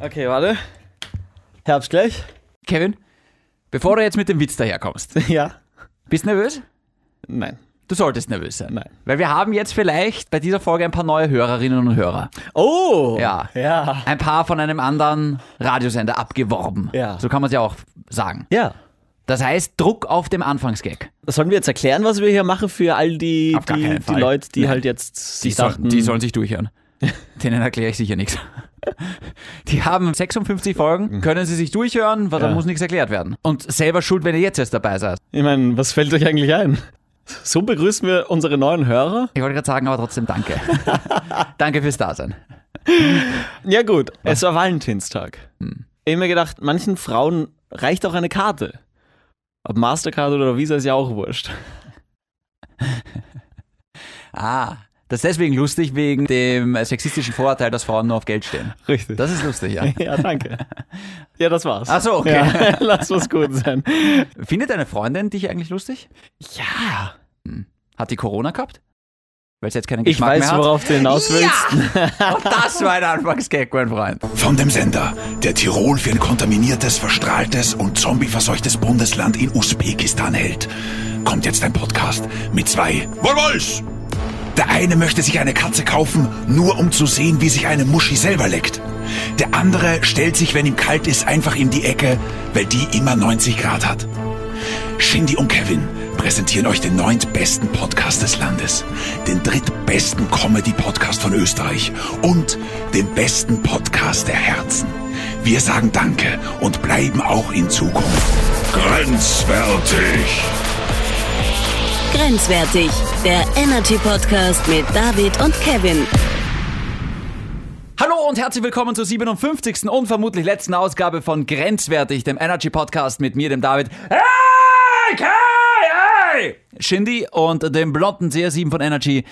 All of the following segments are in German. Okay, warte. Herbst gleich. Kevin, bevor du jetzt mit dem Witz daherkommst, Ja. bist du nervös? Nein. Du solltest nervös sein. Nein. Weil wir haben jetzt vielleicht bei dieser Folge ein paar neue Hörerinnen und Hörer. Oh! Ja. Ja. Ein paar von einem anderen Radiosender abgeworben. Ja. So kann man es ja auch sagen. Ja. Das heißt, Druck auf dem Anfangsgag. Sollen wir jetzt erklären, was wir hier machen für all die, Auf gar die, keinen die Fall. Leute, die Nein. halt jetzt Die, sich soll, dachten, die sollen sich durchhören. Denen erkläre ich sicher nichts. Die haben 56 Folgen, können sie sich durchhören, weil da Mhm. Ja. muss nichts erklärt werden. Und selber schuld, wenn ihr jetzt erst dabei seid. Ich meine, was fällt euch eigentlich ein? So begrüßen wir unsere neuen Hörer. Ich wollte gerade sagen, aber trotzdem danke. danke fürs Dasein. Ja, gut. Es war Valentinstag. Hm. Ich habe mir gedacht, manchen Frauen reicht auch eine Karte. Ob Mastercard oder Visa ist ja auch wurscht. Ah, das ist deswegen lustig, wegen dem äh, sexistischen Vorurteil, dass Frauen nur auf Geld stehen. Richtig. Das ist lustig, ja. ja, danke. Ja, das war's. Ach so, okay. Ja, lass was gut sein. Findet deine Freundin dich eigentlich lustig? Hm. Ja. Hat die Corona gehabt? Weil es jetzt keinen Ich Geschmack weiß, mehr hat? worauf du hinaus willst. Ja! Und das war ein Anfangsgag, mein Freund. Von dem Sender, der Tirol für ein kontaminiertes, verstrahltes und zombieverseuchtes Bundesland in Usbekistan hält, kommt jetzt ein Podcast mit zwei Wohlwolls. Der eine möchte sich eine Katze kaufen, nur um zu sehen, wie sich eine Muschi selber leckt. Der andere stellt sich, wenn ihm kalt ist, einfach in die Ecke, weil die immer 90 Grad hat. Shindy und Kevin präsentieren euch den neuntbesten Podcast des Landes, den drittbesten Comedy-Podcast von Österreich und den besten Podcast der Herzen. Wir sagen Danke und bleiben auch in Zukunft grenzwertig. Grenzwertig, der Energy Podcast mit David und Kevin. Hallo und herzlich willkommen zur 57. und vermutlich letzten Ausgabe von Grenzwertig, dem Energy Podcast mit mir, dem David. Hey, hey, hey! Shindy und dem blonden CR7 von Energy,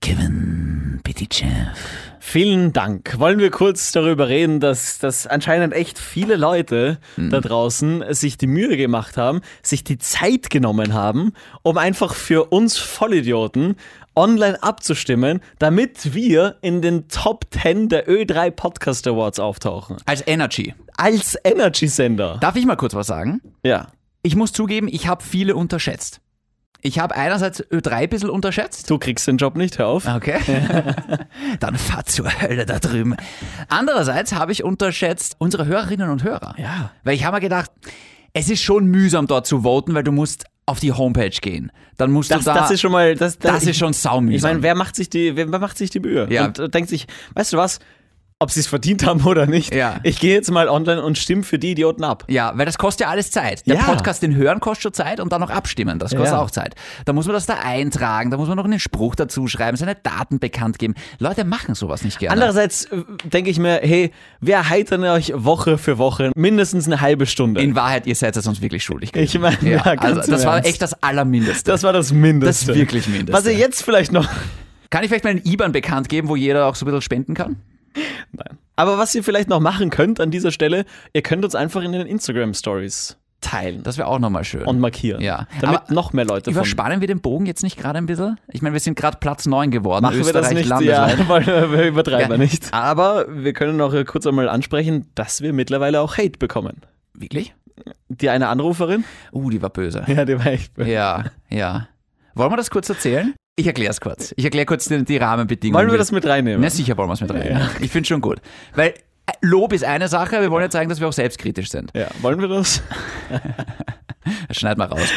Kevin Petitchev. Vielen Dank. Wollen wir kurz darüber reden, dass, dass anscheinend echt viele Leute da draußen sich die Mühe gemacht haben, sich die Zeit genommen haben, um einfach für uns Vollidioten online abzustimmen, damit wir in den Top 10 der Ö3 Podcast Awards auftauchen. Als Energy. Als Energy-Sender. Darf ich mal kurz was sagen? Ja. Ich muss zugeben, ich habe viele unterschätzt. Ich habe einerseits Ö3 ein bisschen unterschätzt. Du kriegst den Job nicht, hör auf. Okay. Dann fahrt zur Hölle da drüben. Andererseits habe ich unterschätzt unsere Hörerinnen und Hörer. Ja. Weil ich habe mir gedacht, es ist schon mühsam dort zu voten, weil du musst auf die Homepage gehen. Dann musst Das, du da. das ist schon mal. Das, das ist schon Ich saumühsam. meine, wer macht sich die, wer, wer macht sich die Mühe? Ja. Und äh, denkt sich, weißt du was, ob sie es verdient haben oder nicht, Ja. ich gehe jetzt mal online und stimme für die Idioten ab. ja, weil das kostet ja alles Zeit. Der Ja. Podcast, den hören, kostet schon Zeit und dann noch abstimmen, das kostet Ja. auch Zeit. Da muss man das da eintragen, da muss man noch einen Spruch dazu schreiben, seine Daten bekannt geben. Leute machen sowas nicht gerne. Andererseits äh, denke ich mir, hey, wir erheitern euch Woche für Woche mindestens eine halbe Stunde. In Wahrheit, ihr seid es uns wirklich schuldig. ich meine, ja, Ja, ganz also im das war Ernst. echt das Allermindeste. Das war das Mindeste. Das wirklich Mindeste. Was ihr jetzt vielleicht noch. Kann ich vielleicht mal einen IBAN bekannt geben, wo jeder auch so ein bisschen spenden kann? Nein. Aber was ihr vielleicht noch machen könnt an dieser Stelle, ihr könnt uns einfach in den Instagram Stories teilen Das wäre auch nochmal schön. und markieren. Ja. Damit Aber noch mehr Leute von Überspannen wir den Bogen jetzt nicht gerade ein bisschen? Ich meine, wir sind gerade Platz 9 geworden. Machen wir das Österreich nicht, landesweit. ja, weil äh, wir übertreiben Ja. nicht. Aber wir können auch äh, kurz einmal ansprechen, dass wir mittlerweile auch Hate bekommen. Wirklich? Die eine Anruferin, Uh, die war böse. ja, die war echt. Ja, ja. Wollen wir das kurz erzählen? Ich erkläre es kurz. Ich erkläre kurz die, die Rahmenbedingungen. Wollen wir das mit reinnehmen? Na sicher wollen wir es mit rein. Ich finde schon gut. Weil äh, Lob ist eine Sache, wir wollen jetzt zeigen, dass wir auch selbstkritisch sind. Ja, wollen wir das? Das schneid mal raus.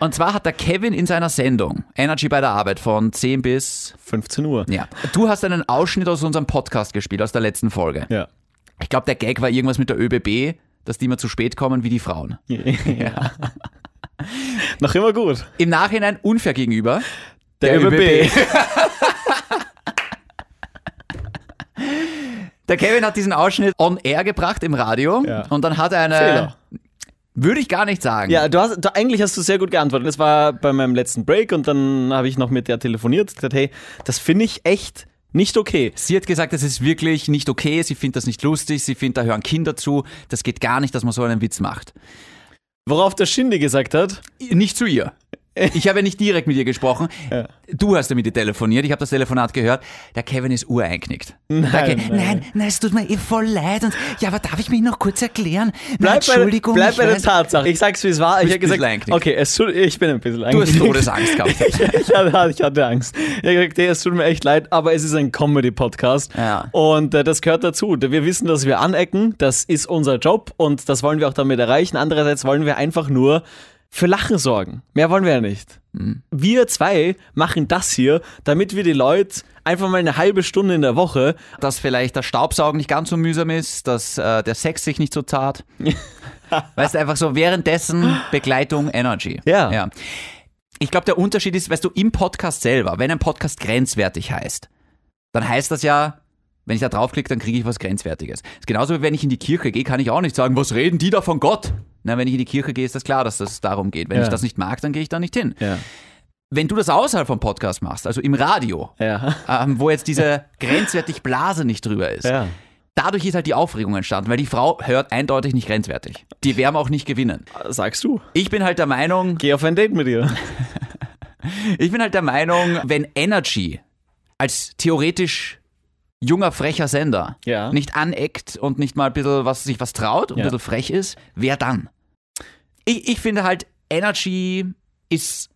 Und zwar hat der Kevin in seiner Sendung Energy bei der Arbeit von 10 bis 15 Uhr. Ja. Du hast einen Ausschnitt aus unserem Podcast gespielt, aus der letzten Folge. Ja. Ich glaube, der Gag war irgendwas mit der ÖBB, dass die immer zu spät kommen wie die Frauen. ja. Noch immer gut. Im Nachhinein unfair gegenüber. Der, ÖBB. Der Kevin hat diesen Ausschnitt on air gebracht im Radio Ja. und dann hat er eine. Fehler. Würde ich gar nicht sagen. Äh, Ja, du hast, du, eigentlich hast du sehr gut geantwortet. Das war bei meinem letzten Break und dann habe ich noch mit der telefoniert. Gesagt, hey, das finde ich echt nicht okay. Sie hat gesagt, das ist wirklich nicht okay, sie findet das nicht lustig, sie findet, da hören Kinder zu, das geht gar nicht, dass man so einen Witz macht. Worauf der Schinde gesagt hat, Nicht zu ihr. Ich habe ja nicht direkt mit ihr gesprochen. Du hast ja mit ihr telefoniert. Ich habe das Telefonat gehört. Der Kevin ist ureinknickt. Nein, nein. nein, nein, es tut mir eh voll leid. Und, ja, aber darf ich mich noch kurz erklären? Nein, Bleib bei, Entschuldigung. bleib ich bei der weiß- Tatsache. Ich sag's, wie es war. Ich habe bist ein bisschen gesagt, eingeknickt. okay, es tut, ich bin ein bisschen Du hast eingeknickt. Todesangst gehabt. ich, hatte, ich hatte Angst. Ich habe gesagt, ey, es tut mir echt leid, aber es ist ein Comedy-Podcast. Ja. Und äh, das gehört dazu. Wir wissen, dass wir anecken. Das ist unser Job und das wollen wir auch damit erreichen. Andererseits wollen wir einfach nur für Lachen sorgen. Mehr wollen wir ja nicht. Mhm. Wir zwei machen das hier, damit wir die Leute einfach mal eine halbe Stunde in der Woche dass vielleicht das Staubsaugen nicht ganz so mühsam ist, dass äh, der Sex sich nicht so zart. weißt du, einfach so währenddessen Begleitung, Energy. Ja. Ich glaube, der Unterschied ist, weißt du, im Podcast selber, wenn ein Podcast grenzwertig heißt, dann heißt das ja, wenn ich da draufklicke, dann kriege ich was Grenzwertiges. Ist genauso wie wenn ich in die Kirche gehe, kann ich auch nicht sagen, was reden die da von Gott? Na, wenn ich in die Kirche gehe, ist das klar, dass es darum geht. Wenn Ja. ich das nicht mag, dann gehe ich da nicht hin. Ja. Wenn du das außerhalb vom Podcast machst, also im Radio, Ja. ähm, wo jetzt diese grenzwertig Blase nicht drüber ist. Ja. Dadurch ist halt die Aufregung entstanden, weil die Frau hört eindeutig nicht grenzwertig. Die werden wir auch nicht gewinnen. Sagst du, Ich bin halt der Meinung, geh auf ein Date mit ihr. ich bin halt der Meinung, wenn Energy als theoretisch junger, frecher Sender Ja. nicht aneckt und nicht mal ein bisschen was, sich was traut und Ja. ein bisschen frech ist, wer dann? Ich, ich finde halt, Energy ist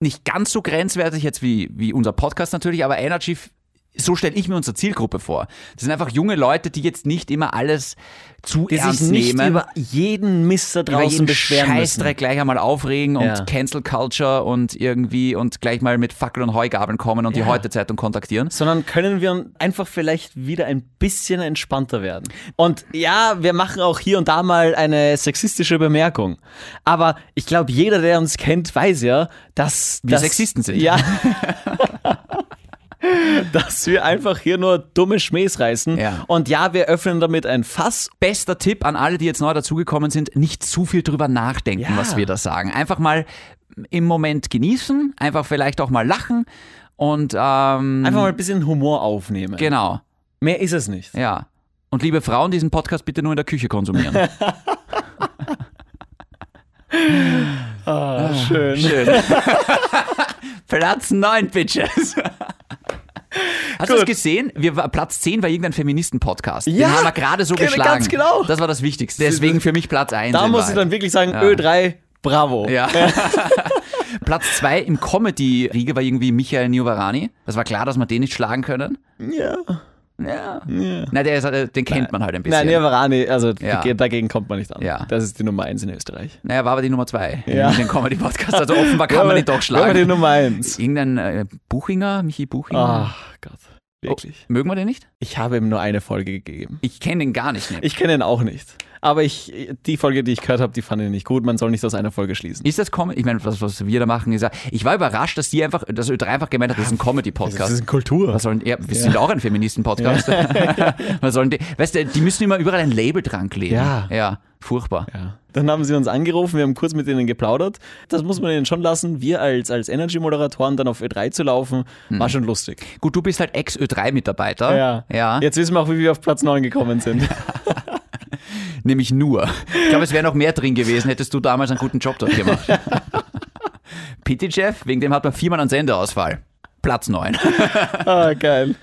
nicht ganz so grenzwertig jetzt wie, wie unser Podcast natürlich, aber Energy, f- so stelle ich mir unsere Zielgruppe vor. Das sind einfach junge Leute, die jetzt nicht immer alles zu Die ernst sich nicht nehmen. über jeden Mist da über draußen jeden beschweren müssen. Scheißdreck gleich einmal aufregen und Ja. Cancel Culture und irgendwie und gleich mal mit Fackeln und Heugabeln kommen und die Heute-Zeitung kontaktieren. sondern können wir einfach vielleicht wieder ein bisschen entspannter werden. Und ja, wir machen auch hier und da mal eine sexistische Bemerkung. Aber ich glaube, jeder, der uns kennt, weiß ja, dass Wir dass- Sexisten sind. Ja. dass wir einfach hier nur dumme Schmähs reißen. Ja. Und ja, Mhm. wir öffnen damit ein Fass. Bester Tipp an alle, die jetzt neu dazugekommen sind, nicht zu viel drüber nachdenken, Ja. was wir da sagen. Einfach mal im Moment genießen, einfach vielleicht auch mal lachen und ähm, Einfach mal ein bisschen Humor aufnehmen. genau, Mehr ist es nicht. ja. Und liebe Frauen, diesen Podcast bitte nur in der Küche konsumieren. Ah, schön. Platz 9, Bitches. Hast du Gut. das gesehen? Wir, war- Platz 10 war irgendein Feministen-Podcast. Ja, Den haben wir gerade so genau, geschlagen. ganz genau. Das war das Wichtigste. Deswegen für mich Platz 1. Da in muss ich Wahrheit. dann wirklich sagen, Ö3, bravo. Ja. Platz 2 im Comedy-Riege war irgendwie Michael Niovarani. Das war klar, dass wir den nicht schlagen können. ja. Ja. Na, der ist, halt- den kennt man halt ein bisschen. Hm. Nein, Nevarani, also Ja. dagegen- dagegen kommt man nicht an. Ja. Das ist die Nummer eins in Österreich. naja, war aber die Nummer 2 Ja. in den Comedy-Podcast. Also offenbar kann man Aber- ihn doch aber die schlagen. Nummer eins. Irgendein äh, Buchinger, Michi Buchinger. Oh, Ach Gott, wirklich. Mögen wir den nicht? Ich habe ihm nur eine Folge gegeben. Ich kenne den gar nicht. Mehr. Ich kenne ihn auch nicht. Aber ich, die Folge, die ich gehört habe, die fand ich nicht gut. Man soll nicht aus einer Folge schließen. Ist das Comedy? Ich meine, was, was wir da machen, ist ja. Ich war überrascht, dass die einfach, dass Ö3 einfach gemeint hat, das ist ein Comedy-Podcast. eine Kultur. Was sollen, ja, wir sind auch ein Feministen-Podcast. Was sollen die, weißt du, die müssen immer überall ein Label dran kleben. Ja. Ja, furchtbar. Ja. Dann haben sie uns angerufen, wir haben kurz mit ihnen geplaudert. Das muss man ihnen schon lassen. Wir als, als Energy-Moderatoren dann auf Ö3 zu laufen, Hm. war schon lustig. Gut, du bist halt Ex-Ö3-Mitarbeiter. Ah, ja. Jetzt wissen wir auch, wie wir auf Platz 9 gekommen sind. Nämlich nur. Ich glaube, es wäre noch mehr drin gewesen, hättest du damals einen guten Job dort gemacht. Pity Jeff, wegen dem hat man viermal einen Sendeausfall. Platz 9. Ah, geil.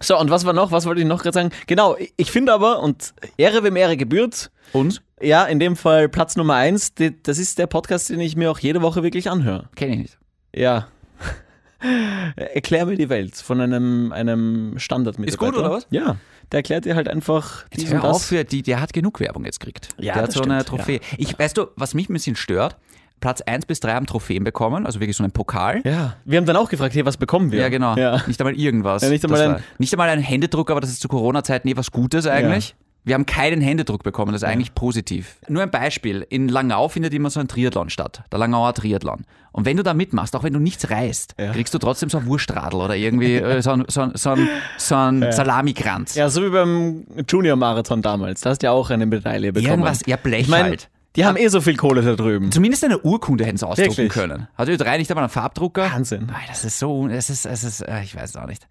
So, und was war noch? Was wollte ich noch gerade sagen? Genau, ich finde aber, und Ehre wem Ehre gebührt, Und? ja, in dem Fall Platz Nummer eins, die- das ist der Podcast, den ich mir auch jede Woche wirklich anhöre. Kenne ich nicht. Ja. Erklär mir die Welt von einem, einem standard Ist gut, oder was? Ja. Der erklärt dir halt einfach Jetzt dies hör und das. auf, für die, der hat genug Werbung jetzt gekriegt. Ja, der hat das so eine stimmt, Trophäe. Ich, weißt du, was mich ein bisschen stört, Platz 1 bis 3 haben Trophäen bekommen, also wirklich so einen Pokal. ja. Wir haben dann auch gefragt, hey, was bekommen wir? Ja, genau. Ja. Nicht einmal irgendwas. Ja, nicht einmal Das ein- war, nicht einmal ein Händedruck, aber das ist zu Corona-Zeiten eh was Gutes eigentlich. Wir haben keinen Händedruck bekommen, das ist eigentlich positiv. Nur ein Beispiel. In Langau findet immer so ein Triathlon statt, der Langauer Triathlon. Und wenn du da mitmachst, auch wenn du nichts reißt, Ja. kriegst du trotzdem so ein Wurstradl oder irgendwie äh, so ein, so ein, so ein, so ein Salamikranz. Ja, so wie beim Junior-Marathon damals. Da hast du ja auch eine Medaille bekommen. Irgendwas, ja, Blech Ich meine, halt. die haben eh so viel Kohle da drüben. Zumindest eine Urkunde hätten sie ausdrucken Wirklich? können. Hat Ö3 nicht einmal einen Farbdrucker? Wahnsinn. Nein, das ist so, das ist, das ist, äh, ich weiß es auch nicht.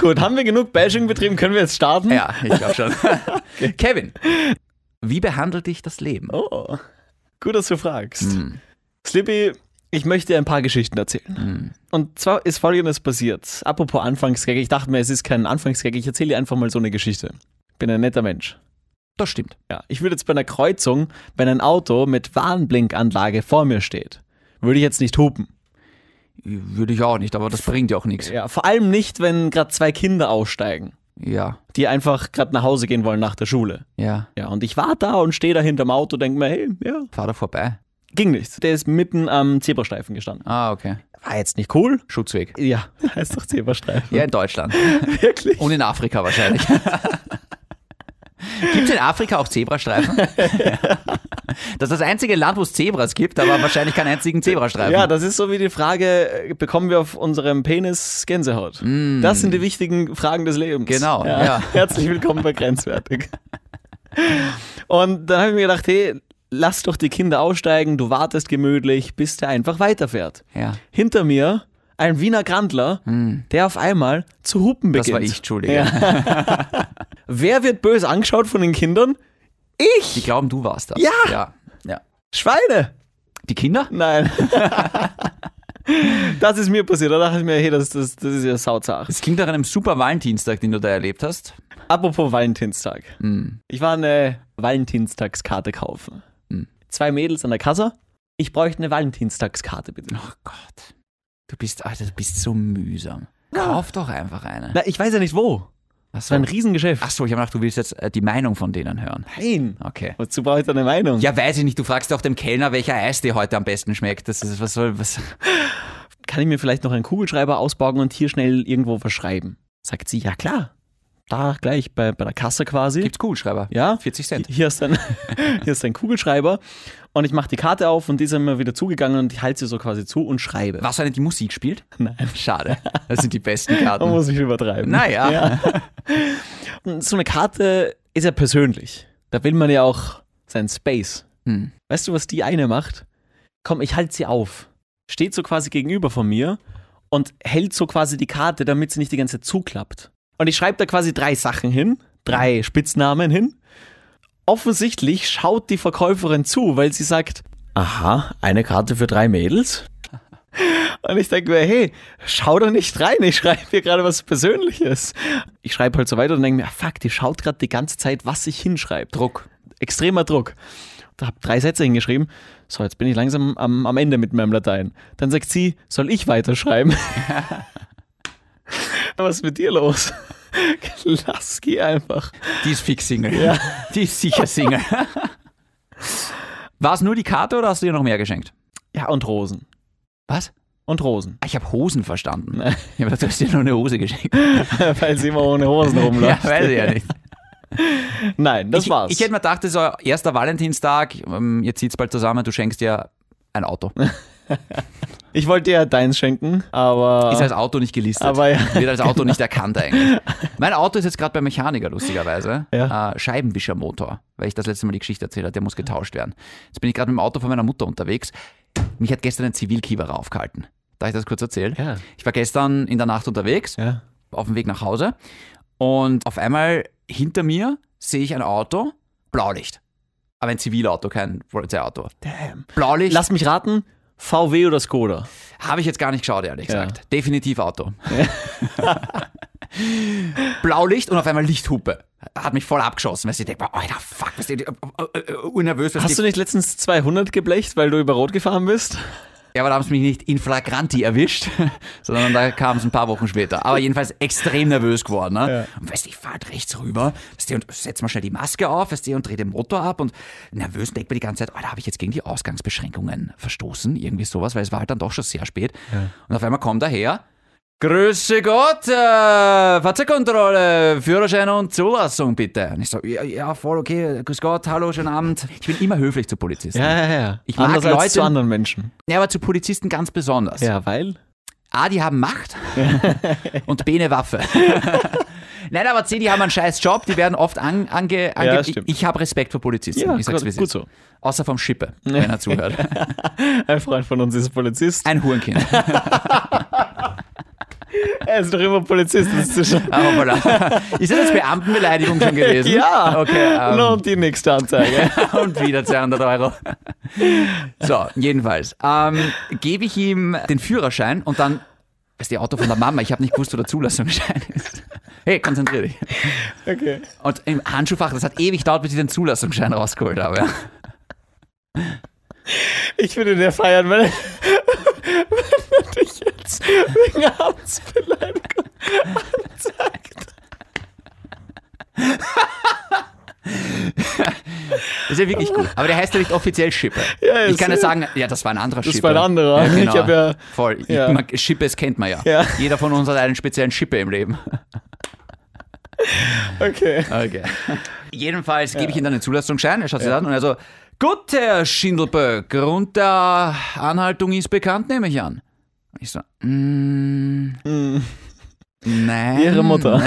Gut, haben wir genug Bashing betrieben? Können wir jetzt starten? Ja, ich glaube schon. Kevin, wie behandelt dich das Leben? Oh, gut, dass du fragst. Slippy Ich möchte ein paar Geschichten erzählen. Und zwar ist folgendes passiert. Apropos Anfangsgag, ich dachte mir, es ist kein Anfangsgag, ich erzähle dir einfach mal so eine Geschichte. Bin ein netter Mensch. Das stimmt. Ja, ich würde jetzt bei einer Kreuzung, wenn ein Auto mit Warnblinkanlage vor mir steht, würde ich jetzt nicht hupen. Würde ich auch nicht, aber das bringt ja auch nichts. Ja, vor allem nicht, wenn gerade zwei Kinder aussteigen, Ja, die einfach gerade nach Hause gehen wollen nach der Schule. ja. Ja, und ich war da und stehe da hinterm Auto, denke mir, hey, ja, Fahr da vorbei. ging nicht. Der ist mitten am Zebrastreifen gestanden. Ah, okay. War jetzt nicht cool. Schutzweg. Ja, heißt doch Zebrastreifen. Ja, in Deutschland. wirklich. Und in Afrika wahrscheinlich. Gibt es in Afrika auch Zebrastreifen? das ist das einzige Land, wo es Zebras gibt, aber wahrscheinlich keinen einzigen Zebrastreifen. Ja, das ist so wie die Frage, äh, bekommen wir auf unserem Penis Gänsehaut? Das sind die wichtigen Fragen des Lebens. Mm. Genau, ja. Herzlich willkommen bei Grenzwertig. Und dann habe ich mir gedacht, hey, lass doch die Kinder aussteigen, du wartest gemütlich, bis der einfach weiterfährt. Ja. Mm. Hinter mir ein Wiener Grandler, der auf einmal zu hupen beginnt. das war ich, Entschuldige. Wer wird böse angeschaut von den Kindern? Die glauben, du warst das. Ja. ja. Ja. Schweine! Die Kinder? Nein. das ist mir passiert. Da dachte ich mir, hey, das, das, das ist ja sauzach. Das klingt nach einem super Valentinstag, den du da erlebt hast. Apropos Valentinstag. Ich war eine Valentinstagskarte kaufen. Zwei Mädels an der Kasse. Ich bräuchte eine Valentinstagskarte, bitte. Oh Gott. Du bist, Alter, du bist so mühsam. Kauf doch einfach eine. Na, ich weiß ja nicht wo. Ach Das war ein so. Riesengeschäft. Ach so, ich habe gedacht, du willst jetzt äh, die Meinung von denen hören. nein. Okay. Wozu brauche ich da eine Meinung? Ja, weiß ich nicht. Du fragst auch dem Kellner, welcher Eis dir heute am besten schmeckt. Das ist, was soll, was. Kann ich mir vielleicht noch einen Kugelschreiber ausborgen und hier schnell irgendwo verschreiben? Sagt sie, ja klar. Da gleich bei, bei der Kasse quasi. Gibt's Kugelschreiber? Ja. 40 Cent. Hier ist ein, hier ist ein Kugelschreiber. Und ich mache die Karte auf und die ist immer wieder zugegangen und ich halte sie so quasi zu und schreibe. Was, wenn die Musik spielt? Nein. Schade. Das sind die besten Man Karten. muss nicht übertreiben. Naja. So eine Karte ist ja persönlich. Da will man ja auch seinen Space. Hm. Weißt du, was die eine macht? Komm, ich halte sie auf. Steht so quasi gegenüber von mir und hält so quasi die Karte, damit sie nicht die ganze Zeit zuklappt. Und ich schreibe da quasi drei Sachen hin, drei Spitznamen hin. Offensichtlich schaut die Verkäuferin zu, weil sie sagt, aha, eine Karte für drei Mädels? Und ich denke mir, hey, schau doch nicht rein, ich schreibe hier gerade was Persönliches. Ich schreibe halt so weiter und denke mir, ah, fuck, die schaut gerade die ganze Zeit, was ich hinschreibe. Druck. Extremer Druck. Da habe drei Sätze hingeschrieben. So, jetzt bin ich langsam am, am Ende mit meinem Latein. Dann sagt sie, soll ich weiterschreiben? was ist mit dir los? Lass geh einfach. Die ist fix Single. Ja. Die ist sicher Single. War es nur die Karte oder hast du dir noch mehr geschenkt? Ja, und Rosen. Was? Und Rosen. Ah, Ich habe Hosen verstanden. Ich habe du hast dir nur eine Hose geschenkt. Weil sie immer ohne Hosen Ja, rumläuft. weiß ich ja nicht. Nein, das ich, war's. Ich hätte mir gedacht, das ist euer erster Valentinstag. Ähm, Ihr zieht's bald zusammen, du schenkst dir ein Auto. ich wollte dir deins schenken, aber. Ist als Auto nicht gelistet. Aber ja. Wird als Auto nicht erkannt eigentlich. Mein Auto ist jetzt gerade beim Mechaniker, lustigerweise. Ja. Äh, Scheibenwischermotor, weil ich das letzte Mal die Geschichte erzählt habe, der muss getauscht werden. Jetzt bin ich gerade mit dem Auto von meiner Mutter unterwegs. Mich hat gestern ein Zivilkieberer aufgehalten. Darf ich das kurz erzählen? Ja. Ich war gestern in der Nacht unterwegs, ja. auf dem Weg nach Hause. Und auf einmal hinter mir sehe ich ein Auto, Blaulicht. Aber ein Zivilauto, kein Polizeiauto. Damn. Blaulicht Lass mich raten, VW oder Skoda? habe ich jetzt gar nicht geschaut, ehrlich Ja. gesagt. Definitiv Auto. Blaulicht und auf einmal Lichthupe. Hat mich voll abgeschossen, weil ich denke, Alter, fuck, was ist äh, unnervös. Was Hast du nicht letztens 200 geblecht, weil du über Rot gefahren bist? ja, aber da haben sie mich nicht in flagranti erwischt, sondern da kam es ein paar Wochen später. Aber jedenfalls extrem nervös geworden. Ne? Und weißt du, ich fahr halt rechts rüber, weißt du, und setz mal schnell die Maske auf, weißt du, und dreh den Motor ab und nervös und denk mir die ganze Zeit, oh, da habe ich jetzt gegen die Ausgangsbeschränkungen verstoßen, irgendwie sowas, weil es war halt dann doch schon sehr spät. Und auf einmal kommt er her, Grüße Gott, äh, Fahrzeugkontrolle, Führerschein und Zulassung bitte. Und ich so, ja, ja, voll okay, grüß Gott, hallo, schönen Abend. Ich bin immer höflich zu Polizisten. Ja, ja, ja. Ich mag Anders Leute- als zu anderen Menschen. ja aber zu Polizisten ganz besonders. Ja, weil? A, die haben Macht und B, eine Waffe. Nein, aber C, die haben einen scheiß Job, die werden oft an, ange... ange ich stimmt. ich habe Respekt vor Polizisten, Ja, ich sag's wie es gut ist. so. Außer vom Schippe, wenn er zuhört. Ein Freund von uns ist Polizist. Ein Hurenkind. Er ist doch immer Polizist. Das ist schon Ah, hoppala. Ist das jetzt Beamtenbeleidigung schon gewesen? ja, Okay, ähm, Na, und die nächste Anzeige. Und wieder 200 Euro. So, jedenfalls. Ähm, Gebe ich ihm den Führerschein und dann ist die Auto von der Mama. Ich habe nicht gewusst, wo der Zulassungsschein ist. Hey, konzentrier dich. Okay. Und im Handschuhfach, das hat ewig gedauert, bis ich den Zulassungsschein rausgeholt habe. ja. Ich würde den ja feiern, wenn er, wenn er dich jetzt wegen Amtsbeleidigung anzeigt. Das ist ja wirklich gut. Aber der heißt ja nicht offiziell Schippe. Ja, ich kann ja ist- sagen, ja, das war ein anderer Schippe. war ein anderer. Ja, genau. Ich hab ja- Voll. Ich- ja. man- Schippe, das kennt man ja. Ja. Jeder von uns hat einen speziellen Schippe im Leben. Okay. Okay. Jedenfalls gebe ich ihm dann den Zulassungsschein, er schaut sich das an und er so, gut, Herr Schindelböck, Grund der Anhaltung ist bekannt, nehme ich an. Und ich so, mm, nein. Ihre Mutter.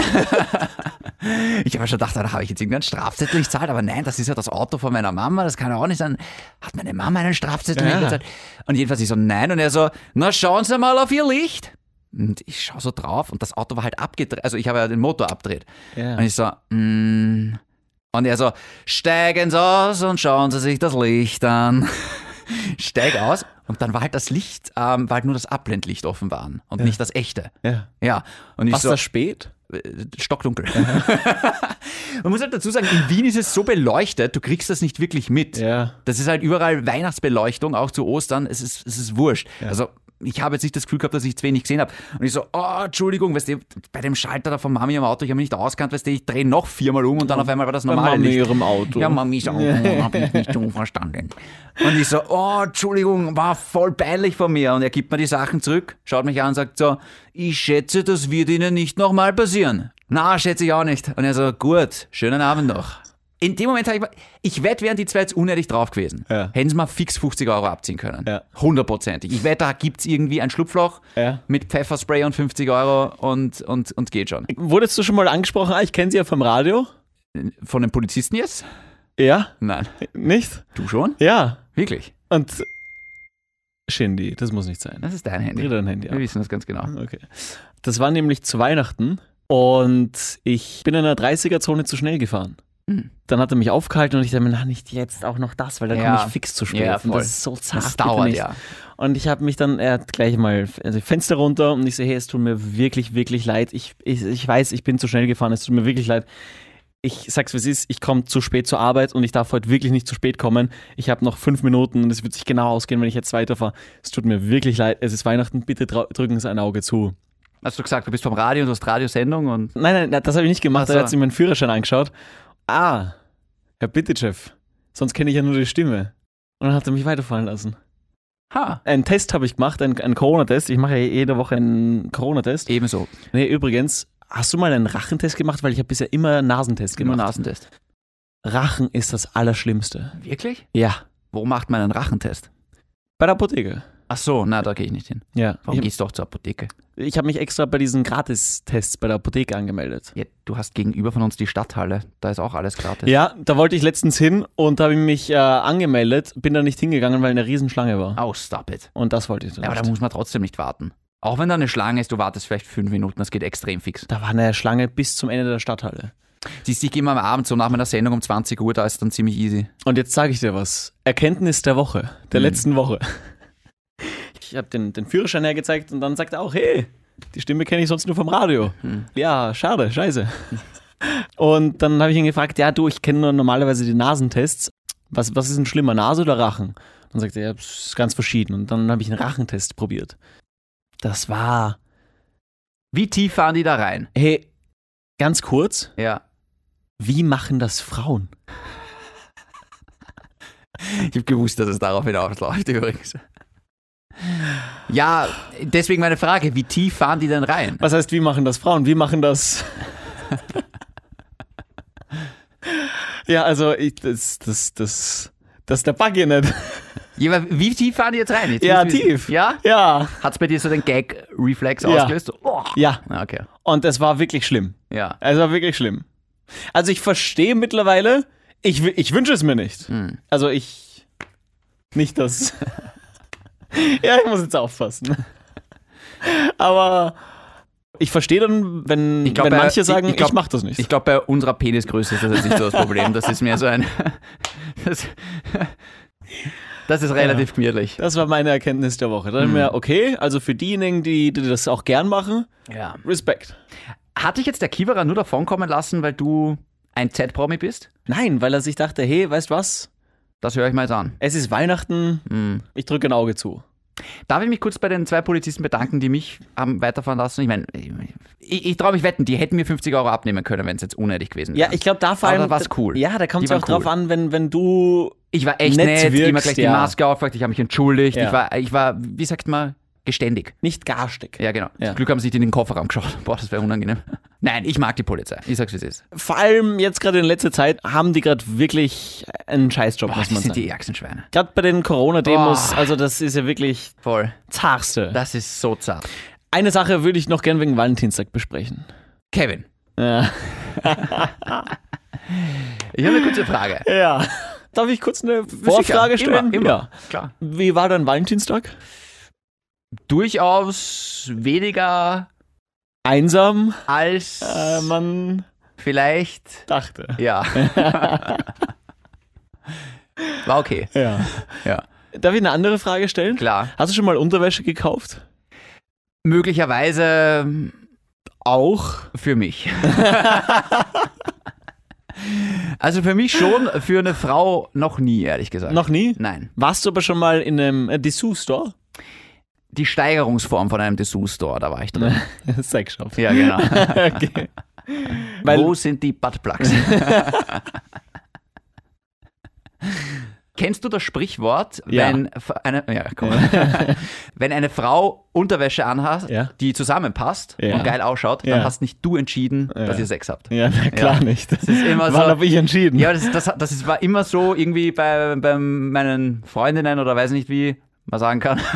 Ich habe mir schon gedacht, da habe ich jetzt irgendeinen Strafzettel nicht gezahlt, aber nein, das ist ja das Auto von meiner Mama, das kann ja auch nicht sein. Hat meine Mama einen Strafzettel nicht gezahlt? Und jedenfalls ich so, nein, und er so, na schauen Sie mal auf Ihr Licht. Und ich schaue so drauf und das Auto war halt abgedreht, also ich habe ja den Motor abgedreht. Ja. Und ich so, mm. Und er so, steigen Sie aus und schauen Sie sich das Licht an. Steig aus. Und dann war halt das Licht, ähm, war halt nur das Abblendlicht offenbar an und nicht das echte. Ja. Ja. Und ich Was so, da spät? äh, stockdunkel. Man muss halt dazu sagen, in Wien ist es so beleuchtet, du kriegst das nicht wirklich mit. Ja. Das ist halt überall Weihnachtsbeleuchtung, auch zu Ostern, es ist, es ist wurscht. Also ich habe jetzt nicht das Gefühl gehabt, dass ich zu wenig gesehen habe. Und ich so, oh, Entschuldigung, weißt du, bei dem Schalter da von Mami im Auto, ich habe mich nicht auskannt, weißt du, ich drehe noch viermal um und dann auf einmal war das normale Mami Licht. ihrem Auto. Ja, Mami ist auch, habe ich nicht so verstanden. Und ich so, oh, Entschuldigung, war voll peinlich von mir. Und er gibt mir die Sachen zurück, schaut mich an und sagt so, ich schätze, das wird Ihnen nicht nochmal passieren. Na, schätze ich auch nicht. Und er so, gut, schönen Abend noch. In dem Moment habe ich, mir- ich wette, wären die zwei jetzt unehrlich drauf gewesen. Ja. Hätten sie mal fix 50 Euro abziehen können. Ja. Hundertprozentig. Ich wette, da gibt es irgendwie ein Schlupfloch Ja. mit Pfefferspray und 50 Euro und, und, und geht schon. Wurdest du schon mal angesprochen? Ah, ich kenne sie ja vom Radio. Von den Polizisten jetzt? Ja? Nein. Nicht? Du schon? Ja. Wirklich? Und Shindy, das muss nicht sein. Das ist dein Handy. Dreh dein Handy Wir ab. wissen das ganz genau. Okay. Das war nämlich zu Weihnachten und ich bin in einer 30er-Zone zu schnell gefahren. Mhm. Dann hat er mich aufgehalten und ich dachte mir, na, nicht jetzt auch noch das, weil dann Ja. komme ich fix zu spät. Ja, und voll. das ist so zart. Das bitte dauert, nicht. ja. Und ich habe mich dann, er hat gleich mal also Fenster runter und ich so, hey, es tut mir wirklich, wirklich leid. Ich, ich, ich weiß, ich bin zu schnell gefahren, es tut mir wirklich leid. Ich sag's, wie es ist, ich komme zu spät zur Arbeit und ich darf heute wirklich nicht zu spät kommen. Ich habe noch fünf Minuten und es wird sich genau ausgehen, wenn ich jetzt weiterfahre. Es tut mir wirklich leid, es ist Weihnachten, bitte trau- drücken Sie ein Auge zu. Hast du gesagt, du bist vom Radio, du hast Radiosendung und Nein, nein, nein das habe ich nicht gemacht, Ach so. er hat sich meinen Führerschein angeschaut. Ah, Herr Bitteschef, sonst kenne ich ja nur die Stimme. Und dann hat er mich weiterfahren lassen. ha, Einen Test habe ich gemacht, einen, einen Corona-Test. Ich mache ja jede Woche einen Corona-Test. ebenso. Nee, übrigens, hast du mal einen Rachentest gemacht? Weil ich habe bisher immer einen Nasentest Immer gemacht. Nasentest. Rachen ist das Allerschlimmste. Wirklich? Ja. Wo macht man einen Rachentest? Bei der Apotheke. Ach so, na, da gehe ich nicht hin. Ja. Warum Ich, gehst du auch zur Apotheke? ich habe mich extra bei diesen Gratistests bei der Apotheke angemeldet. Ja, du hast gegenüber von uns die Stadthalle, da ist auch alles gratis. Ja, da wollte ich letztens hin und habe mich äh, angemeldet, bin da nicht hingegangen, weil eine Riesenschlange war. Oh, stop it. Und das wollte ich dann Ja, aber da nicht. muss man trotzdem nicht warten. Auch wenn da eine Schlange ist, du wartest vielleicht fünf Minuten, das geht extrem fix. Da war eine Schlange bis zum Ende der Stadthalle. Siehst du, ich gehe mal am Abend so nach meiner Sendung um 20 Uhr, da ist dann ziemlich easy. Und jetzt sage ich dir was. Erkenntnis der Woche, der Mhm. letzten Woche. Hm. Ich habe den, den Führerschein hergezeigt und dann sagt er auch, hey, die Stimme kenne ich sonst nur vom Radio. Ja, schade, scheiße. Und dann habe ich ihn gefragt, ja du, ich kenne nur normalerweise die Nasentests. Was, was ist ein schlimmer, Nase oder Rachen? Dann sagt er, ja, es ist ganz verschieden. Und dann habe ich einen Rachentest probiert. Das war, Wie tief fahren die da rein? hey, ganz kurz, Ja. wie machen das Frauen? Ich habe gewusst, dass es darauf hinausläuft übrigens. Ja, deswegen meine Frage, wie tief fahren die denn rein? Was heißt, wie machen das Frauen? Wie machen das. ja, also, ich, das, das, das, das, der Buggy nicht. Ja, aber wie tief fahren die jetzt rein? Jetzt Ja, muss ich- tief. Ja? Ja, Hat es bei dir so den Gag-Reflex Ja. ausgelöst? Oh. ja. Ah, Okay. Und es war wirklich schlimm. Ja. Es war wirklich schlimm. Also, ich verstehe mittlerweile, ich, wi- ich wünsche es mir nicht. Hm. Also, ich. Nicht das. ja, ich muss jetzt aufpassen. Aber Ich verstehe dann, wenn, Ich glaub, wenn bei- manche sagen, ich, glaub- mach das nicht. Ich glaube, bei unserer Penisgröße ist das jetzt nicht so das Problem. Das ist mehr so ein. Das, das ist relativ gemütlich. das war meine Erkenntnis der Woche. Dann Mhm. mir, okay, also für diejenigen, die, die das auch gern machen, Ja. Respekt. Hat dich jetzt der Kiewerer nur davon kommen lassen, weil du ein Z-Promi bist? Nein, weil er sich dachte, hey, weißt was? Das höre ich mal jetzt an. Es ist Weihnachten, Mhm. ich drücke ein Auge zu. Darf ich mich kurz bei den zwei Polizisten bedanken, die mich haben weiterfahren lassen? Ich meine, ich, ich traue mich wetten, die hätten mir 50 Euro abnehmen können, wenn es jetzt unnötig gewesen wäre. Ja, ich glaube, da vor Aber allem. da war's cool. Ja, da kommt Die es auch waren drauf cool. an, wenn, wenn du. Ich war echt Nett nett, immer wirkst, gleich die ja. Maske aufgefragt, ich habe mich entschuldigt, Ja. ich, war, ich war, wie sagt man, geständig. Nicht garstig. Ja, genau. Ja. Zum Glück haben sie nicht in den Kofferraum geschaut. Boah, das wäre unangenehm. Nein, ich mag die Polizei. Ich sag's, wie es ist. Vor allem jetzt gerade in letzter Zeit haben die gerade wirklich einen Scheißjob, Boah, muss das man sind sagen. die ärgsten Schweine. Gerade bei den Corona-Demos, Boah. also das ist ja wirklich Voll. zarste. Das ist so zart. Eine Sache würde ich noch gern wegen Valentinstag besprechen. Kevin, Ja. ich habe eine kurze Frage. ja. Darf ich kurz eine Vorfrage Sicher, stellen? Immer, immer. Ja. Klar. Wie war dein Valentinstag? Durchaus weniger Einsam, als äh, man vielleicht. dachte. Ja. War okay. Ja. Ja. Darf ich eine andere Frage stellen? Klar. Hast du schon mal Unterwäsche gekauft? Möglicherweise Auch. für mich. also für mich schon, für eine Frau noch nie, ehrlich gesagt. Noch nie? Nein. Warst du aber schon mal in einem äh, Dessous-Store? die Steigerungsform von einem Dessous-Store, da war ich drin. Sexshop. Ja, genau. Okay. Weil, Wo sind die Buttplugs? Kennst du das Sprichwort, Ja. wenn, f- eine, ja, komm. wenn eine Frau Unterwäsche anhat, Ja. die zusammenpasst Ja. und geil ausschaut, Ja. dann hast nicht du entschieden, dass ihr Sex habt. ja, na klar Ja. nicht. Das ist immer so- Wann habe ich entschieden? Ja, das, das, das ist, war immer so irgendwie bei, bei meinen Freundinnen oder weiß nicht wie man sagen kann.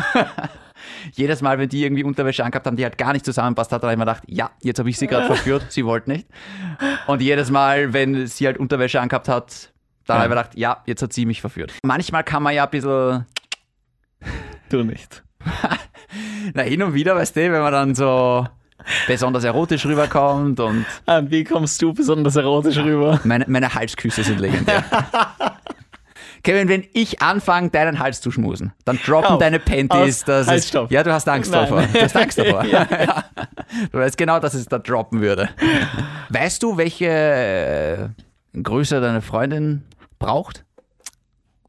Jedes Mal, wenn die irgendwie Unterwäsche angehabt haben, die halt gar nicht zusammenpasst hat, dann habe ich mir gedacht, ja, jetzt habe ich sie gerade verführt, sie wollte nicht. Und jedes Mal, wenn sie halt Unterwäsche angehabt hat, dann habe ich mir gedacht, ja, jetzt hat sie mich verführt. Manchmal kann man ja ein bisschen, Du nicht. na hin und wieder, weißt du, wenn man dann so besonders erotisch rüberkommt und Ah, wie kommst du besonders erotisch rüber? Meine, meine Halsküsse sind legendär. Kevin, wenn ich anfange, deinen Hals zu schmusen, dann droppen Auf. deine Panties. Aus. Das Halt, ist, stopp. ja, du hast Angst Nein. davor. Du hast Angst davor. Ja. Du weißt genau, dass es da droppen würde. Weißt du, welche äh, Größe deine Freundin braucht?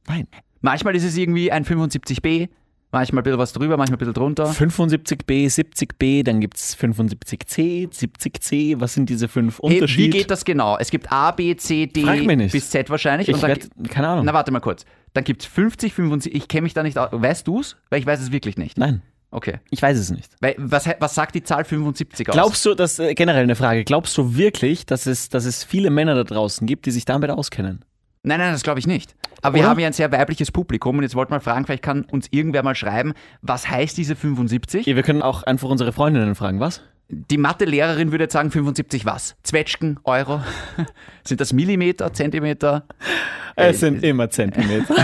Nein. Manchmal ist es irgendwie ein 75b, manchmal ein bisschen was drüber, manchmal ein bisschen drunter. 75b, 70b, dann gibt es 75c, 70c. Was sind diese fünf Hey, Unterschiede? wie geht das genau? Es gibt A, B, C, D Frag mich nicht. bis Z wahrscheinlich. Ich und dann werd, keine Ahnung. Na, warte mal kurz. Dann gibt es 50, 75. Ich kenne mich da nicht aus. Weißt du es? Weil ich weiß es wirklich nicht. Nein, Okay. ich weiß es nicht. Weil, was, he- was sagt die Zahl 75 aus? Glaubst du, dass äh, generell eine Frage, glaubst du wirklich, dass es, dass es viele Männer da draußen gibt, die sich damit auskennen? Nein, nein, das glaube ich nicht. Aber wir Oder? haben ja ein sehr weibliches Publikum und jetzt wollte mal fragen, vielleicht kann uns irgendwer mal schreiben, was heißt diese 75? Ja, wir können auch einfach unsere Freundinnen fragen, was? Die Mathelehrerin würde jetzt sagen 75 was? Zwetschgen, Euro? Sind das Millimeter, Zentimeter? Es sind immer Zentimeter.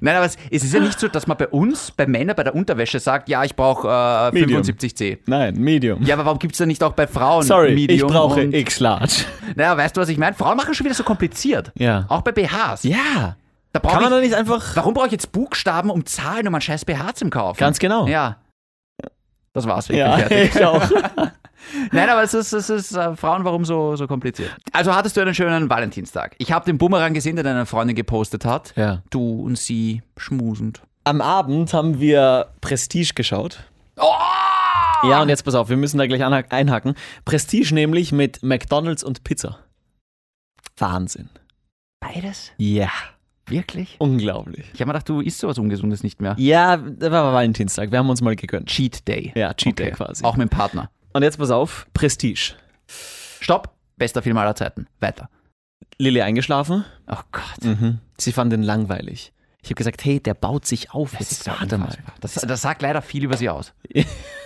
Nein, aber es es ist ja nicht so, dass man bei uns, bei Männern, bei der Unterwäsche sagt, ja, ich brauche äh, Medium. 75C. Nein, Medium. Ja, aber warum gibt es da nicht auch bei Frauen Sorry, Medium? ich brauche und- X-Large. Naja, weißt du, was ich meine? Frauen machen schon wieder so kompliziert. Ja. Auch bei BHs. Ja. Da brauch Kann man ich, da nicht einfach. warum brauche ich jetzt Buchstaben, um Zahlen, um einen scheiß BH zum Kaufen? Ganz genau. Ja. Das war's. Ich bin Ja, fertig. ich auch. Nein, aber es ist, es ist äh, Frauen, warum so, so kompliziert? Also hattest du einen schönen Valentinstag. Ich habe den Bumerang gesehen, den deine Freundin gepostet hat. Ja. Du und sie schmusend. Am Abend haben wir Prestige geschaut. Oh! Ja, und jetzt pass auf, wir müssen da gleich anha- einhaken. Prestige nämlich mit McDonalds und Pizza. Wahnsinn. Beides? Ja, Wirklich? unglaublich. Ich habe mir gedacht, du isst sowas Ungesundes nicht mehr. Ja, da war Valentinstag, wir haben uns mal gegönnt. Cheat Day. Ja, Cheat Okay. Day quasi. Auch mit dem Partner. Und jetzt pass auf, Prestige. Stopp. Bester Film aller Zeiten. Weiter. Lilly eingeschlafen, Oh Gott. sie fand ihn langweilig. Ich habe gesagt, hey, der baut sich auf, jetzt doch warte mal. unfassbar. Das, das sagt leider viel über sie aus.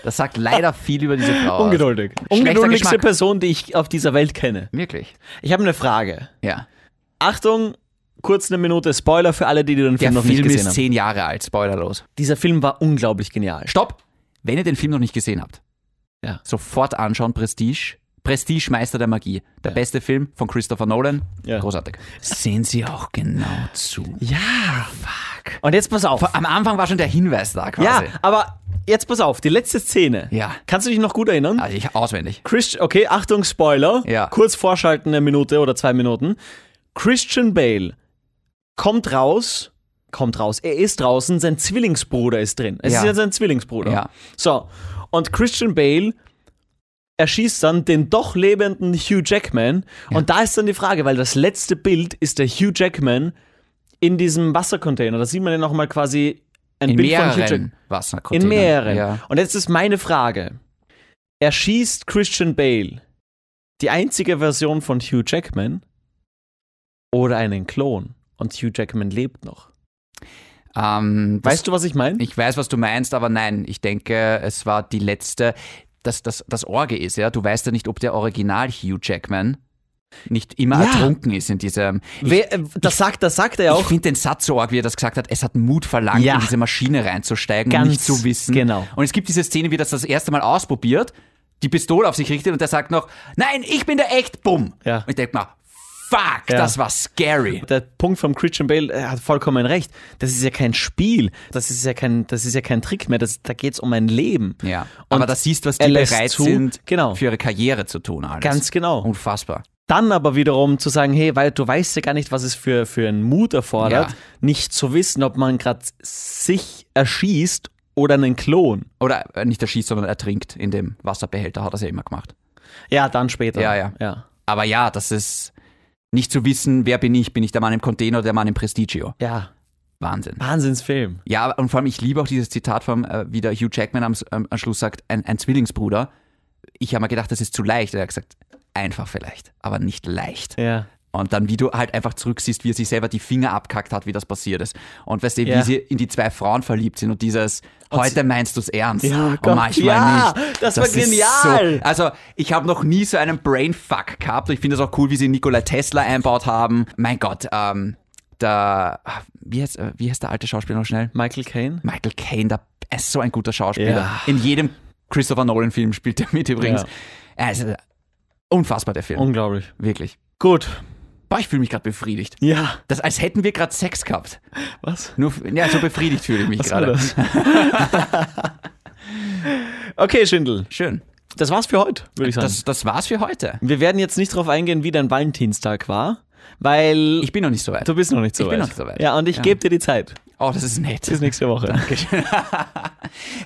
Das sagt leider viel über diese Frau aus. Ungeduldig. Ungeduldigste Geschmack. Oh, Person, die ich auf dieser Welt kenne. Wirklich. Ich habe eine Frage. Ja. Achtung, kurz eine Minute Spoiler für alle, die den Der Film noch Film nicht gesehen ist haben. zehn Jahre alt. Spoilerlos. Dieser Film war unglaublich genial. Stopp. Wenn ihr den Film noch nicht gesehen habt, Ja. Sofort anschauen, Prestige. Prestige, Meister der Magie. Der beste Film von Christopher Nolan. Ja. Großartig. Sehen Sie auch genau zu. Ja. Fuck. Und jetzt pass auf. Am Anfang war schon der Hinweis da ja, quasi. aber jetzt pass auf, die letzte Szene. Ja. Kannst du dich noch gut erinnern? Also ich auswendig. Christian, okay, Achtung, Spoiler. Ja. Kurz vorschalten, eine Minute oder zwei Minuten. Christian Bale kommt raus, kommt raus, er ist draußen, sein Zwillingsbruder ist drin. Es Ja. ist ja sein Zwillingsbruder. Ja. So, und Christian Bale erschießt dann den doch lebenden Hugh Jackman. Und da ist dann die Frage, weil das letzte Bild ist der Hugh Jackman in diesem Wassercontainer. Da sieht man ja nochmal quasi ein In Bild von Hugh Jackman. mehreren Wassercontainern. In mehreren. Ja. Und jetzt ist meine Frage. Erschießt Christian Bale die einzige Version von Hugh Jackman oder einen Klon? Und Hugh Jackman lebt noch. Ähm, das Weißt du, was ich meine? Ich weiß, was du meinst, aber nein, ich denke, es war die letzte, dass das, das Orge ist, ja. Du weißt ja nicht, ob der Original Hugh Jackman nicht immer Ja. ertrunken ist in diesem. Ich, Wer- äh, Das sagt, das sagt er ich auch. finde den Satz so arg, wie er das gesagt hat, es hat Mut verlangt, Ja. in diese Maschine reinzusteigen Ganz und nicht zu wissen. genau. Und es gibt diese Szene, wie er das das erste Mal ausprobiert, die Pistole auf sich richtet und er sagt noch, nein, ich bin der echt, bumm. Ja. Und ich denke mal, fuck, Ja. das war scary. Der Punkt von Christian Bale er hat vollkommen recht. Das ist ja kein Spiel. Das ist ja kein, das ist ja kein Trick mehr. Das, da geht es um ein Leben. Ja, Und aber das siehst, was er die lässt bereit zu, sind, genau. für ihre Karriere zu tun. Alles. Ganz genau. Unfassbar. Dann aber wiederum zu sagen, hey, weil du weißt ja gar nicht, was es für, für einen Mut erfordert, Ja. nicht zu wissen, ob man gerade sich erschießt oder einen Klon. Oder äh, nicht erschießt, sondern ertrinkt in dem Wasserbehälter, hat er ja immer gemacht. Ja, dann später. Ja, ja. Ja, Aber ja, das ist nicht zu wissen, wer bin ich? Bin ich der Mann im Container oder der Mann im Prestigio? ja. Wahnsinn. Wahnsinnsfilm. Ja, und vor allem, ich liebe auch dieses Zitat vom, äh, wie der Hugh Jackman am, S- am am Schluss sagt, ein, ein Zwillingsbruder. Ich habe mal gedacht, das ist zu leicht. Er hat gesagt, einfach vielleicht, aber nicht leicht. Ja. Und dann, wie du halt einfach zurücksiehst, wie er sich selber die Finger abkackt hat, wie das passiert ist. Und weißt du, Ja. wie sie in die zwei Frauen verliebt sind und dieses, heute meinst du es ernst. Oh Ja, und Gott, manchmal ja, nicht. das war ist genial. So, also, ich habe noch nie so einen Brainfuck gehabt. Ich finde das auch cool, wie sie Nikola Tesla einbaut haben. Mein Gott, ähm, da, wie heißt, äh, wie heißt der alte Schauspieler noch schnell? Michael Caine? Michael Caine, der ist so ein guter Schauspieler. Ja. In jedem Christopher Nolan-Film spielt er mit übrigens. Ja. Also, unfassbar der Film. Unglaublich. Wirklich. Gut. Boah, ich fühle mich gerade befriedigt. Ja. Das, als hätten wir gerade Sex gehabt. Was? Nur, f- ja, so befriedigt fühle ich mich war gerade. das? okay, Schindel. Schön. Das war's für heute, würde ich sagen. Das, das war's für heute. wir werden jetzt nicht drauf eingehen, wie dein Valentinstag war, weil Ich bin noch nicht so weit. du bist noch nicht so Ich weit. bin noch nicht so weit. Ja, und ich Ja. gebe dir die Zeit. Oh, das ist nett. Bis nächste Woche.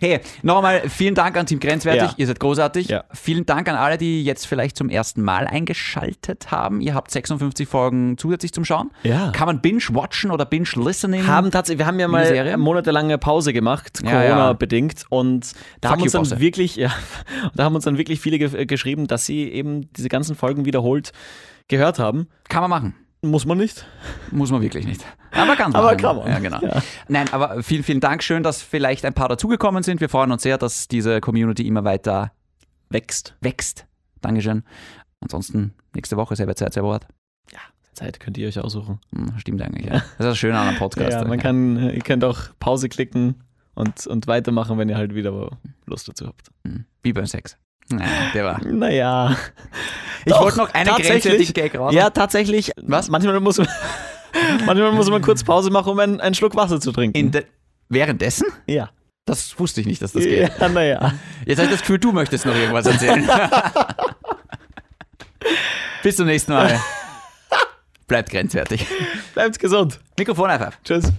Hey, nochmal vielen Dank an Team Grenzwertig. Ja. Ihr seid großartig. Ja. Vielen Dank an alle, die jetzt vielleicht zum ersten Mal eingeschaltet haben. Ihr habt 56 Folgen zusätzlich zum Schauen. Ja. Kann man binge-watchen oder binge-listening? haben tatsächlich, wir haben ja mal Serie? monatelange Pause gemacht, Ja, ja. Corona-bedingt, und da Fuck haben uns you, dann Bosse. wirklich, ja, da haben uns dann wirklich viele ge äh, geschrieben, dass sie eben diese ganzen Folgen wiederholt gehört haben. Kann man machen. Muss man nicht? Muss man wirklich nicht. Aber kann man. Aber kann man. Ja, genau. Nein, aber vielen, vielen Dank. Schön, dass vielleicht ein paar dazugekommen sind. Wir freuen uns sehr, dass diese Community immer weiter Wächst. wächst. Dankeschön. Ansonsten nächste Woche selber Zeit, selber Ort. Zeit könnt ihr euch aussuchen. Hm, stimmt eigentlich. Ja. Das ist das Schöne an einem Podcast. ja, man kann, äh, ihr könnt auch Pause klicken und, und weitermachen, wenn ihr halt wieder Lust dazu habt. Hm, Wie beim Sex. Nein, der war. Naja. Ich Doch, wollte noch eine Grenze, tatsächlich. den Gag raus. Ja, tatsächlich. Was? Manchmal muss man, manchmal muss man kurz Pause machen, um einen, einen Schluck Wasser zu trinken. In de währenddessen? ja. Das wusste ich nicht, dass das geht. Ja, naja. Jetzt habe ich das Gefühl, du möchtest noch irgendwas erzählen. Bis zum nächsten Mal. Bleibt grenzwertig. Bleibt gesund. Mikrofon einfach. Tschüss.